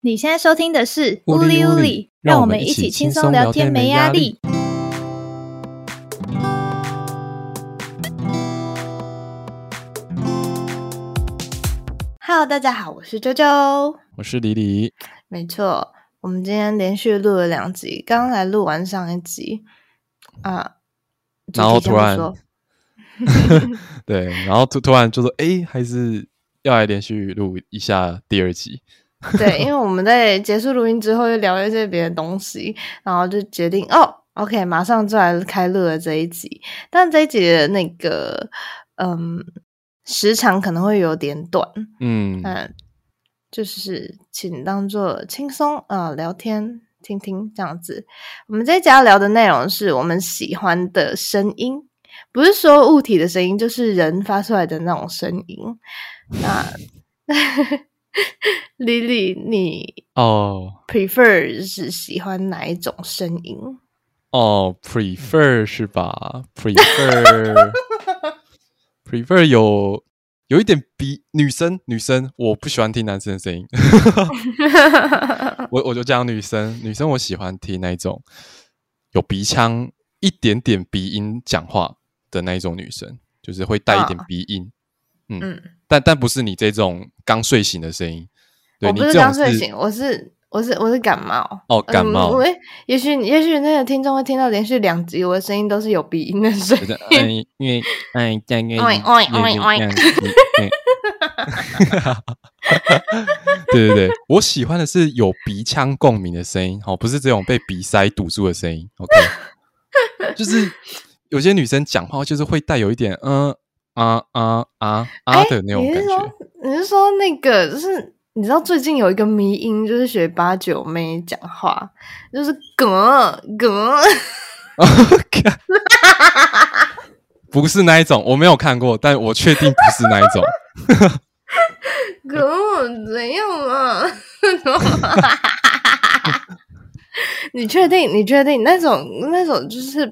你现在收听的是《呜呜哩哩呜呜哩哩》，让让我我们们一一起起轻轻松松聊聊天天，没没压压力力。Hello，大家好，我是啾啾。我是李李，没错，我们今天连续录了两集，刚才录完上一集啊，主然后题先突不然说对，然后突突然就说，哎，还是要来连续录一下第二集，对，因为我们在结束录音之后又聊了一些别的东西，然后就决定哦，OK，马上就来开录了这一集。但这一集的那个嗯时长可能会有点短，嗯，嗯，就是请当做轻松啊、呃聊天听听这样子。我们这一集要聊的内容是我们喜欢的声音，不是说物体的声音，就是人发出来的那种声音。那 李李，你哦 prefer 是喜欢哪一种声音？哦，prefer 是吧？prefer prefer 有有一点比女生女生，我不喜欢听男生的 声音，我我就讲女生女生，我喜欢听那种有鼻腔一点点鼻音讲话的那一种女生，就是会带一点啊鼻音，嗯，嗯但但不是你这种刚睡醒的声音，对我你不这是种刚是睡醒，我是我是我是感冒。哦感嗯冒，我也也许也许那个听众会听到连续两集我的声音都是有鼻音的声音 就是哎，因为哎，这个哎哎哎哎这样子哎 对对对，我喜欢的是有鼻腔共鸣的声音，哦，不是这种被鼻塞堵住的声音。OK，就是 有些女生讲话就是会带有一点嗯啊啊啊啊哎的那种你感是觉说。你是说那个就是你知道最近有一个迷音，就是学八九妹讲话，就是梗梗，看不是那一种，我没有看过，但我确定不是那一种。 梗怎样 啊？你确定？你确定那种那种就是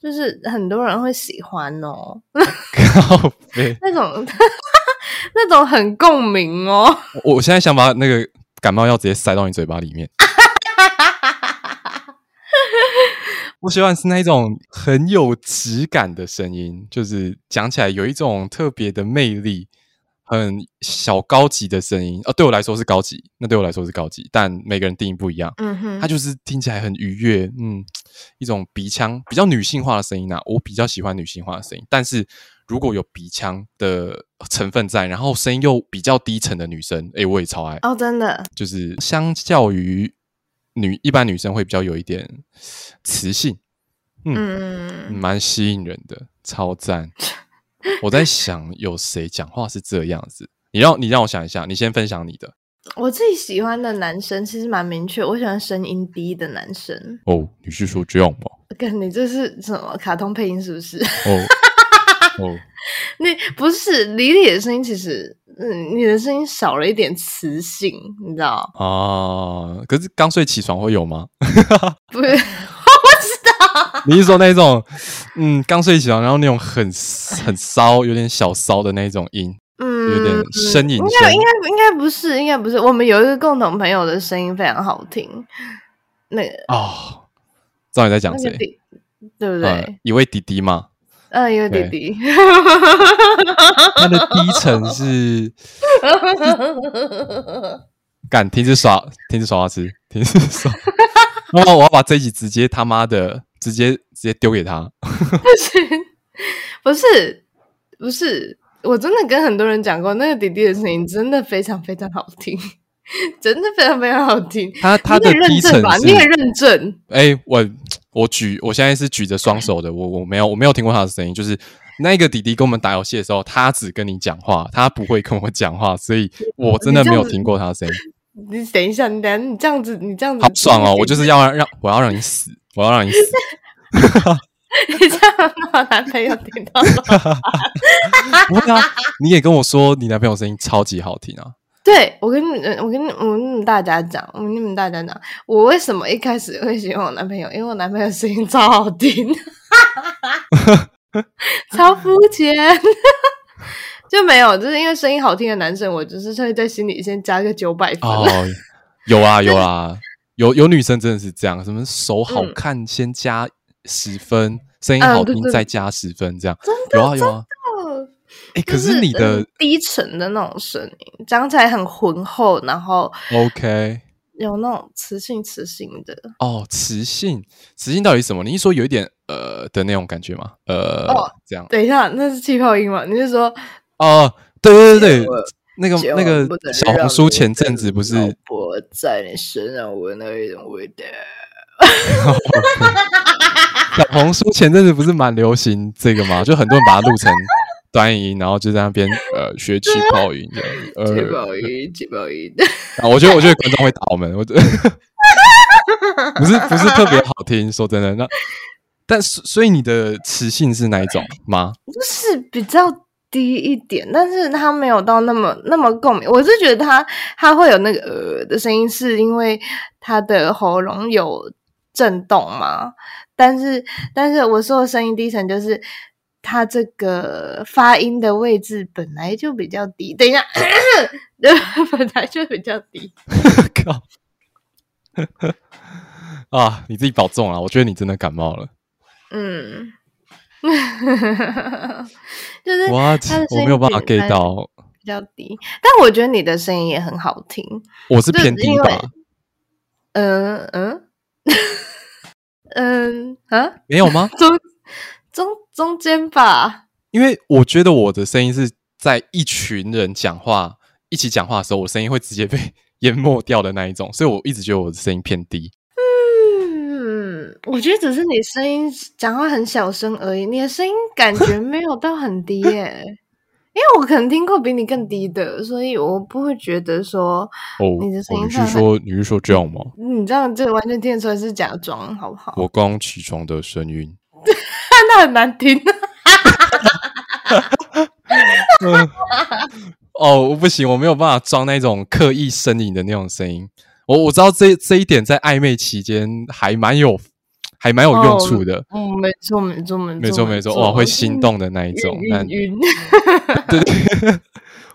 就是很多人会喜欢哦，靠背，那种 那种很共鸣哦。我我现在想把那个感冒药直接塞到你嘴巴里面。我喜欢是那一种很有质感的声音，就是讲起来有一种特别的魅力，很小高级的声音。哦，对我来说是高级，那对我来说是高级，但每个人定义不一样。嗯哼它就是听起来很愉悦，嗯，一种鼻腔比较女性化的声音啊，我比较喜欢女性化的声音。但是如果有鼻腔的成分在，然后声音又比较低沉的女生，诶、我也超爱。哦，真的，就是相较于女一般女生会比较有一点磁性，嗯，蛮吸引人的，超赞。 我在想有谁讲话是这样子，你让你让我想一下，你先分享你的我自己喜欢的男生其实蛮明确，我喜欢声音低的男生。哦，你是说这样吗？跟你这是什么卡通配音是不是？ 哦哦，你不是李李的声音，其实嗯，你的声音少了一点磁性，你知道？啊！可是刚睡起床会有吗？ 不是，你是说那种，嗯，刚睡起床，然后那种很很骚，有点小骚的那种音，嗯，有点呻吟应该声应该应该不是，应该不是。我们有一个共同朋友的声音非常好听，那个哦？知道你在讲那谁个？弟，对不呃对？一位弟弟嘛，嗯、一个弟弟， 他的低沉 是敢停止耍，停止耍花痴，停止耍。我我要把这一集直接他妈的直接直接丢给他。不是不是，我真的跟很多人讲过，那个弟弟的声音真的非常非常好听， 真的非常非常好听。他他你的很认低沉证吧，你很是，认证。哎、我我举我现在是举着双手的，我我没有我没有听过他的声音，就是。那个弟弟跟我们打游戏的时候，他只跟你讲话，他不会跟我讲话，所以我真的没有听过他的声音，你等一下，你等一下，你这样子，你这样子好爽哦！我就是要让让我要让你死，我要让你死，你这样 让男朋友听到了。不会啊，你也跟我说你男朋友声音超级好听啊，对我跟你们，我跟你我跟你们大家讲，我跟你们大家讲，我为什么一开始会喜欢我男朋友，因为我男朋友声音超好听， 超肤浅。就没有，就是因为声音好听的男生，我就是会在心里先加个九百分。哦，有啊有啊，有有女生真的是这样，什么手好看先加十分，声音啊好嗯对听对再加十分，这样真有啊有啊。的。哎，可 就是你的嗯低沉的那种声音，讲起来很浑厚，然后 OK 有那种磁性磁性的。哦，磁性磁性到底是什么？你一说有一点呃的那种感觉吗？呃，哦这样等一下，那是气泡音吗？你是说哦，对对对我对，那个千万那个不能小红让书你前阵的子不是老婆在你身上闻到一种味道？小红书前阵子不是蛮流行这个吗？就很多人把它录成短影音，然后就在那边呃学气泡音这样子。呃气 泡音，气泡 音。啊我觉得我觉得观众会打我们，我 觉得不是不是特别好听，说真的。那但是所以你的磁性是哪一种吗？就是比较低一点，但是它没有到那么那么共鸣。我是觉得它它会有那个呃的声音，是因为它的喉咙有震动嘛。但是但是我说的声音低沉，就是它这个发音的位置本来就比较低。等一下， 对，本来就比较低。 靠！啊，你自己保重啊！我觉得你真的感冒了。嗯， 就是哇，它的声我音没有办法简 get 单到，比较低，但我觉得你的声音也很好听。我是这偏是低因为吧？嗯嗯 嗯啊，没有吗？中中中间吧，因为我觉得我的声音是在一群人讲话、一起讲话的时候，我声音会直接被淹没掉的那一种，所以我一直觉得我的声音偏低。嗯，我觉得只是你声音讲话很小声而已，你的声音感觉没有到很低耶、 因为我可能听过比你更低的，所以我不会觉得说哦，你的声音哦上是来说你是说这样吗？你这样这完全听得出来是假装，好不好？我刚起床的声音。但那很难听，嗯哦，我不行，我没有办法装那种刻意呻吟的那种声音。我我知道这这一点在暧昧期间还蛮有还蛮有用处的。嗯，没错，没错，没错，嗯没错没错，哇，哦会心动的那一种，但晕晕晕。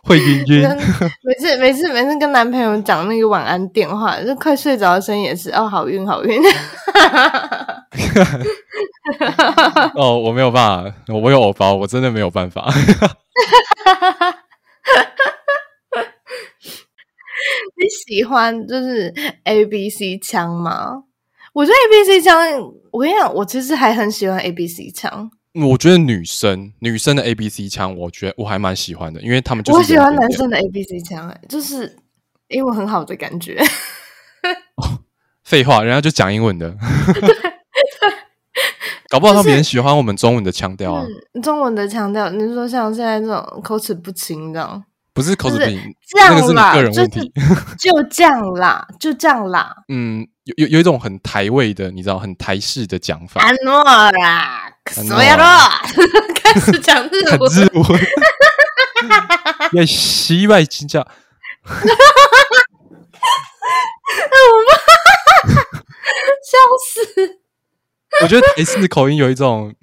会晕 晕那。 每次每次每次跟男朋友讲那个晚安电话，就快睡着的声音也是哦，好晕好晕。 哦，我没有办法，我有偶包，我真的没有办法。 你喜欢就是 A B C 枪吗？我觉得 A B C 枪，我跟你讲，我其实还很喜欢 A B C 枪，我觉得女生女生的 A B C 枪，我觉得我还蛮喜欢的，因为他们就是我喜欢有一点男生的 A B C 枪、哎，就是英文很好的感觉。 废话，人家就讲英 文的， 搞不好他们也喜欢我们中文的腔调啊，嗯，中文的腔调，你说像现在这种口齿不清这样，不是口齿不就是清，这样那个是啦，你个人问就题。是就这样啦，就这样啦，嗯，有有有一种很台味的，你知道，很台式的讲法，安诺啦，什安么诺呀啊咯？ 开始讲日很 文，日文。要西外金叫，笑死！我觉得台式口音有一种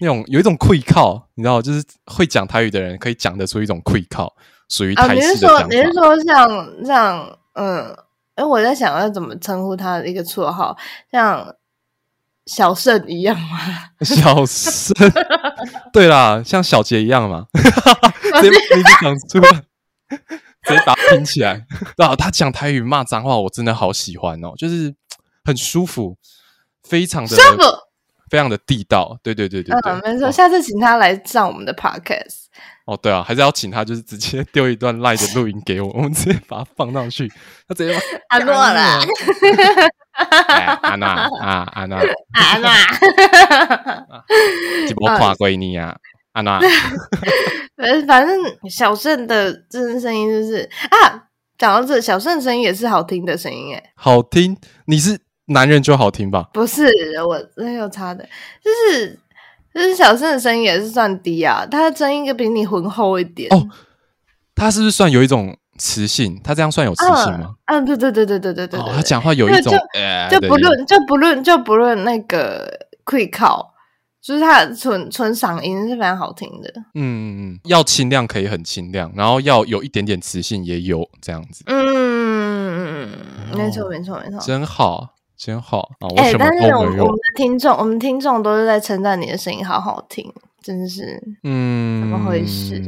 那种有一种愧靠，你知道，就是会讲台语的人可以讲得出一种愧靠，属于啊，台你是式的说讲你是法。说像像嗯，哎，我在想要怎么称呼他的一个绰号，像小胜一样吗？小 声，对啦，像小杰一样嘛，直接把名字讲出来，直接把它拼起来。啊，他讲台语骂脏话，我真的好喜欢哦，就是很舒服，非常的舒服。非常的地道。对对对对对，嗯，没错，哦下次请他来上我们的 podcast。哦，对啊，还是要请他，就是直接丢一段赖的录音给我，我们直接把它放上去。他直接安诺啦，哎安娜啊安娜，安 诺，一波跨过你啊，安呃娜。反反正小胜的真声音就是啊，讲到这，小胜声音也是好听的声音哎。好听，你是男人就好听吧？不是，我真的有差的，就是就是小胜的声音也是算低啊，他的声音应该比你浑厚一点。哦他是不是算有一种磁性？他这样算有磁性吗？嗯，对对对对对对对哦，对他讲话有一种就呃就的不音论就不论就不论那个 quick call，就是他的纯纯嗓音是非常好听的。嗯，要清亮可以很清亮，然后要有一点点磁性也有这样子。嗯，没错，没错，没错。真好，真好啊！哦我哎、什么但是我们都没我们有。的听众，我们听众都是在称赞你的声音好好听，真是，嗯，怎么回事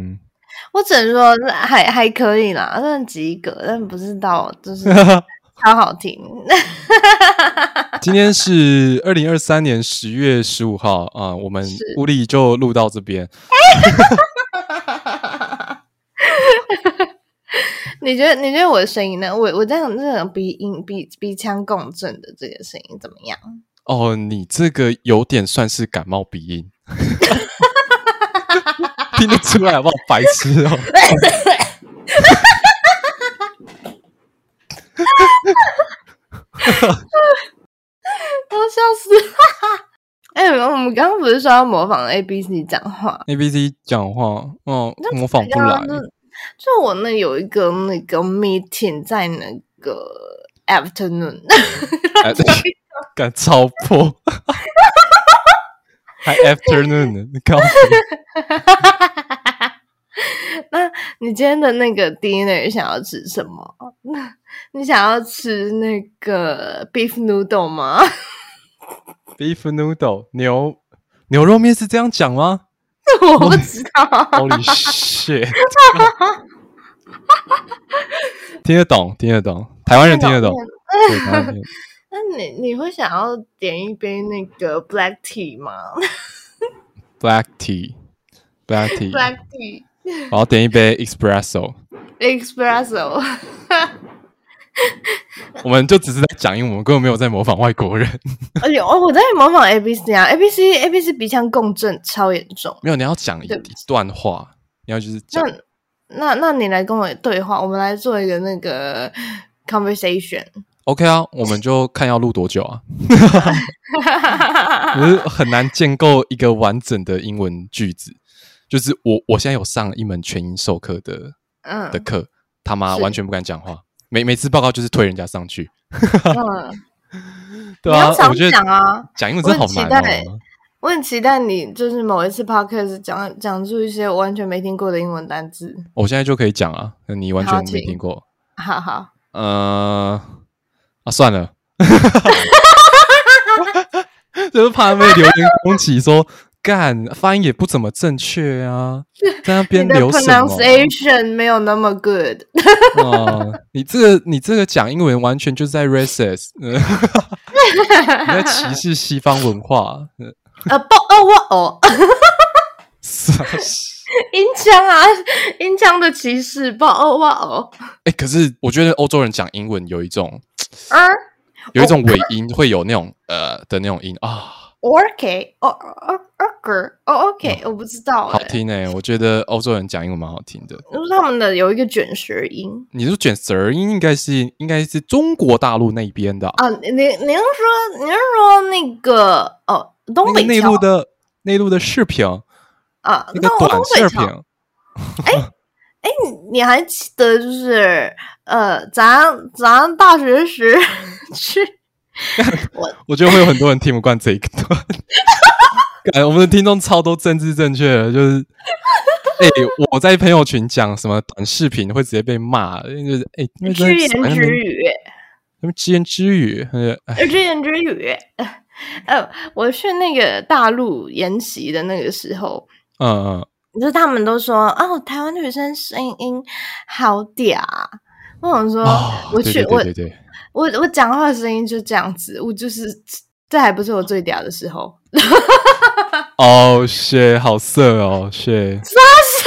我只能说还还可以啦，算及格，但不是到就是超好听。 今天是二零二三年十月十五号啊、我们是屋里就录到这边。你觉得你觉得我的声音呢？我我这样这种鼻音鼻鼻腔共振的这个声音怎么样？哦，你这个有点算是感冒鼻音， 听得出来好不好？白痴哦！都笑死！ 哎、我们刚刚不是说要模仿 A B C 讲话？ A B C 讲话，哦，模仿不刚来刚。就就我那有一个那个 meeting 在那个 afternoon， 哎， 对，敢超破，还 afternoon 呢？你告诉我，那你今天的那个 dinner 想要吃什么？ 你想要吃那个 beef noodle 吗？ beef noodle 牛牛肉面是这样讲吗我不知道。 ？Holy shit！听得懂，听得懂，台湾人听得懂，对台湾人听得懂那你你会想要点一杯那个 black tea 吗 black tea，black tea， ？black tea 我要点一杯 espresso。 espresso。我们就只是在讲英文，我们根本没有在模仿外国人。 而且哦，我在模仿 A B C 啊，A B C A B C 鼻腔共振超严重。没有，你要讲一对不起一段话，你要就是那讲那那你来跟我对话，我们来做一个那个 conversation。 OK 啊，我们就看要录多久啊。嗯我是很难建构一个完整的英文句子。就是我，我现在有上一门全英授课的嗯的课，他妈是完全不敢讲话，每每次报告就是推人家上去。嗯，对啊，你要常我觉得讲啊讲英文真的好难我很期待哦。我很期待你就是某一次 podcast 讲讲出一些我完全没听过的英文单字。我现在就可以讲啊，那你完全好没请听过。哈哈，呃，啊，算了， 就是怕被留言攻击说，干发音也不怎么正确啊，在那 边你的留什么？ pronunciation 没有那么 good。 啊，你这个你这个讲英文完全就是在 racist，呃 你在歧视西方文化，呃呃不哦我哦，傻音腔啊，音腔的歧视，不哦我哦，哎、可是我觉得欧洲人讲英文有一种嗯有一种尾音，会有那种呃的那种音啊， ，OK，哦哦 OK，哦 OK，我不知道、欸，嗯好听哎、我觉得欧洲人讲英文蛮好听的。就是他们的有一个卷舌音你说卷舌儿音应该是应该是中国大陆那边的啊，啊。您您您说您说那个哦，东那个北内桥陆的内陆的视频，哦啊，那个我东短北视桥。频，哎，你你还记得就是呃，咱咱大学时 去我觉得会有很多人听不惯这一段。 感觉我们的听众超多政治正确的，就是， 哎、我在朋友群讲什么短视频会直接被骂，就是哎，那个哎只言在那只边语，那边只言之语，呃哎，只言只语。 呃，我去那个大陆研习的那个时候，嗯嗯，就是他们都说哦，台湾女生声音好嗲。啊我想说，哦，我对去对对对对，我我我讲话的声音就这样子，我就是这还不是我最嗲的时候。哦，谢，好色哦，谢， 傻笑，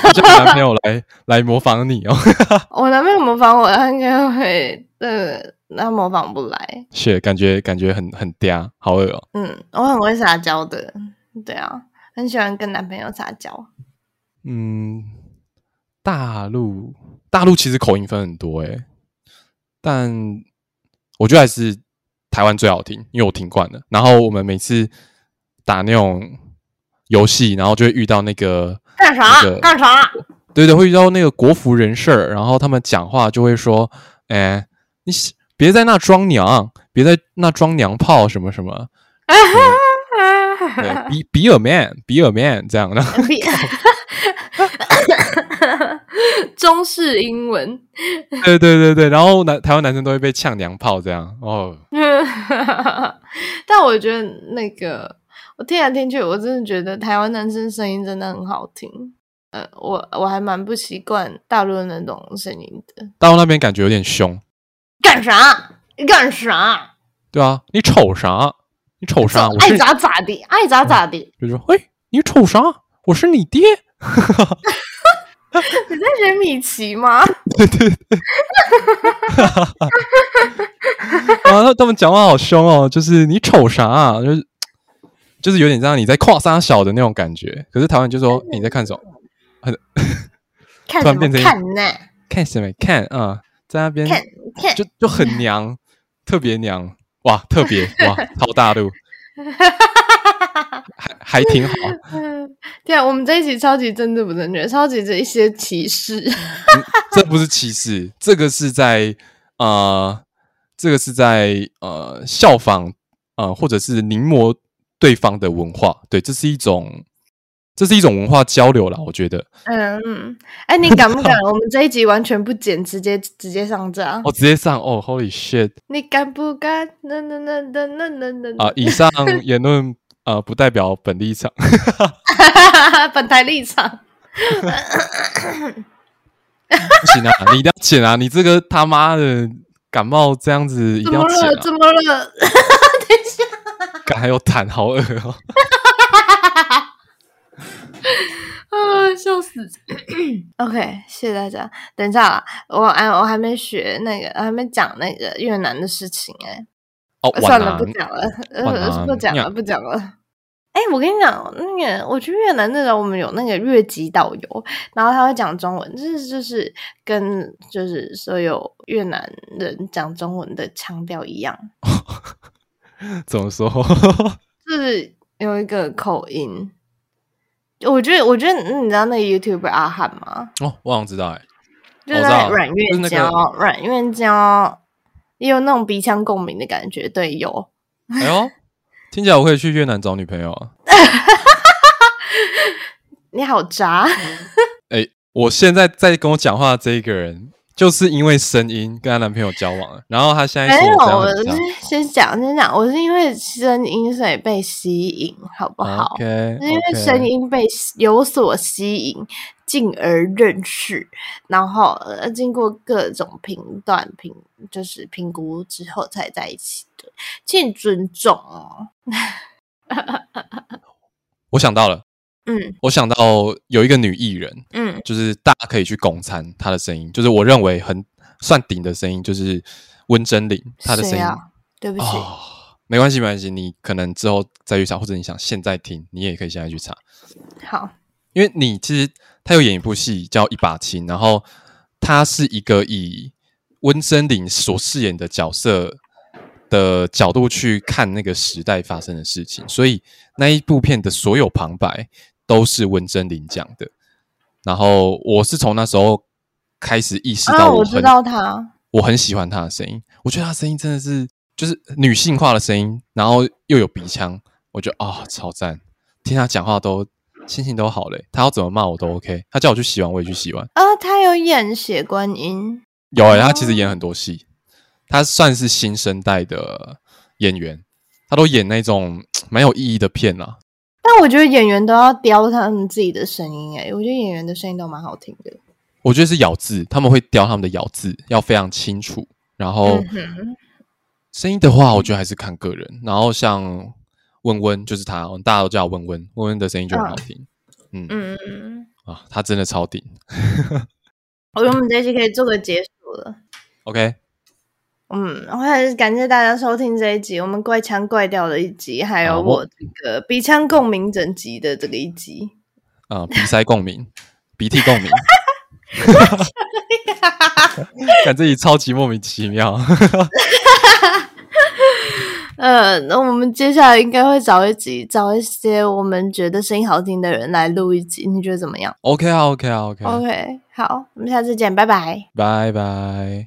好像男朋友来来模仿你哦， 我男朋友模仿我，他应该会，呃，他模仿不来。谢，感觉感觉很很嗲，好恶哦，嗯，我很会撒娇的，对啊，很喜欢跟男朋友撒娇。嗯，大陆大陆其实口音分很多诶，但我觉得还是台湾最好听，因为我听惯了。然后我们每次打那种游戏，然后就会遇到那个干啥那个？干啥？对对，会遇到那个国服人士儿，然后他们讲话就会说：“哎，你是别在那装娘，别在那装娘炮什么什 么，对，be be a man，be a man 这样的。比 中式英文， 对对对对，然后男台湾男生都会被呛娘炮这样哦， 但我觉得那个我听来听去，我真的觉得台湾男生声音真的很好听。呃，我我还蛮不习惯大陆的那种声音的。大陆那边感觉有点凶，干啥？你干啥？对啊，你瞅啥？你瞅啥？我爱是咋咋地，爱咋咋地。就说，哎，你瞅啥？我是你爹， 你在学米奇吗？啊，他他们讲话好凶哦，就是你瞅啥、啊，就是就是有点让你在跨沙小的那种感觉。可是台湾就说哎你在看什么？看突什然么变成一看呢？看什么？看啊、在那边看看，就就很娘，特别娘哇，特别哇，超大陆，还还挺好。嗯，对啊，我们这一集超级政治不正确，超级这一些歧视。 这不是歧视，这个是在呃，这个是在呃效仿呃，或者是临摹对方的文化。对，这是一种，这是一种文化交流啦。我觉得，嗯，嗯，哎，你敢不 敢？我们这一集完全不剪，直接直接上架。哦，直接上哦，Holy shit 你敢不敢？那那那那那那那啊、以上言论呃不代表本立场。啊！ 本台立场。不行啊， 你一定要剪啊！你这个他妈的感冒这样子一怎定么要剪了？啊！怎么了？感还有痰，好恶哦。啊，笑 死！OK，谢谢大家。等一下啊，我哎，我还没学那个，还没讲那个越南的事情哎、 哦，呃完算了，不讲了，晚呃，安不讲呀了，不讲了。哎，我跟你讲，那个我去越南那时候，我们有那个越级导游，然后他会讲中文，就是就是跟就是所有越南人讲中文的腔调一样，怎么说？ 哦就是有一个口音。我觉得，我觉得嗯你知道那个 YouTuber 阿汉吗？哦，我好像知道哎、就是我知那道软就是月那个娇，软月娇也有那种鼻腔共鸣的感觉，对，有。哎呦，听起来我可以去越南找女朋友啊！你好渣，哎，我现在在跟我讲话的这一个人，就是因为声音跟她男朋友交往了，然后她现在没说有，我这样我很像先讲先讲，我是因为声音所以被吸引，好哦不好？ OK，是因为声音被吸有所吸引，进而认识，然后呃，经过各种评断评，就是评估之后才在一起的，请尊重哦。我想到了，嗯我想到有一个女艺人，嗯就是大家可以去共餐她的声音，就是我认为很算顶的声音，就是温真菱她的声谁音。啊对不起，哦，没关系，没关系，你可能之后再去查，或者你想现在听，你也可以现在去查。好，因为你其实他有演一部戏叫《一把青》，然后他是一个以温森林所饰演的角色的角度去看那个时代发生的事情，所以那一部片的所有旁白都是温森林讲的。然后我是从那时候开始意识啊，到我很、知道他，我很喜欢她的声音，我觉得她声音真的是就是女性化的声音，然后又有鼻腔，我觉得啊、超赞，听她讲话都心情都好嘞、她要怎么骂我都 OK，她叫我去洗碗我也去洗碗。啊，他有演血观音，有诶、她其实演很多戏，她算是新生代的演员，她都演那种嘖蛮有意义的片啊啦。但我觉得演员都要雕他们自己的声音，哎，我觉得演员的声音都蛮好听的。我觉得是咬字，他们会雕他们的咬字要非常清楚，然后。嗯哼声音的话，我觉得还是看个人。然后像温温，就是他，哦大家都叫她温温，温温的声音就很好听、嗯嗯嗯，啊，他真的超顶。我觉得我们这一期可以做个结束了。 OK，嗯，我还是感谢大家收听这一集，我们怪腔怪调的一集，还有好我这个鼻腔共鸣整集的这个一集。啊、鼻塞共鸣，鼻涕 共鸣，感觉自己超级莫名其妙。呃，那我们接下来应该会找一集，找一些我们觉得声音好听的人来录一集，你觉得怎么样哦 OK 啊，OK 啊，OK， ？OK，好，我们下次见，拜拜。拜拜。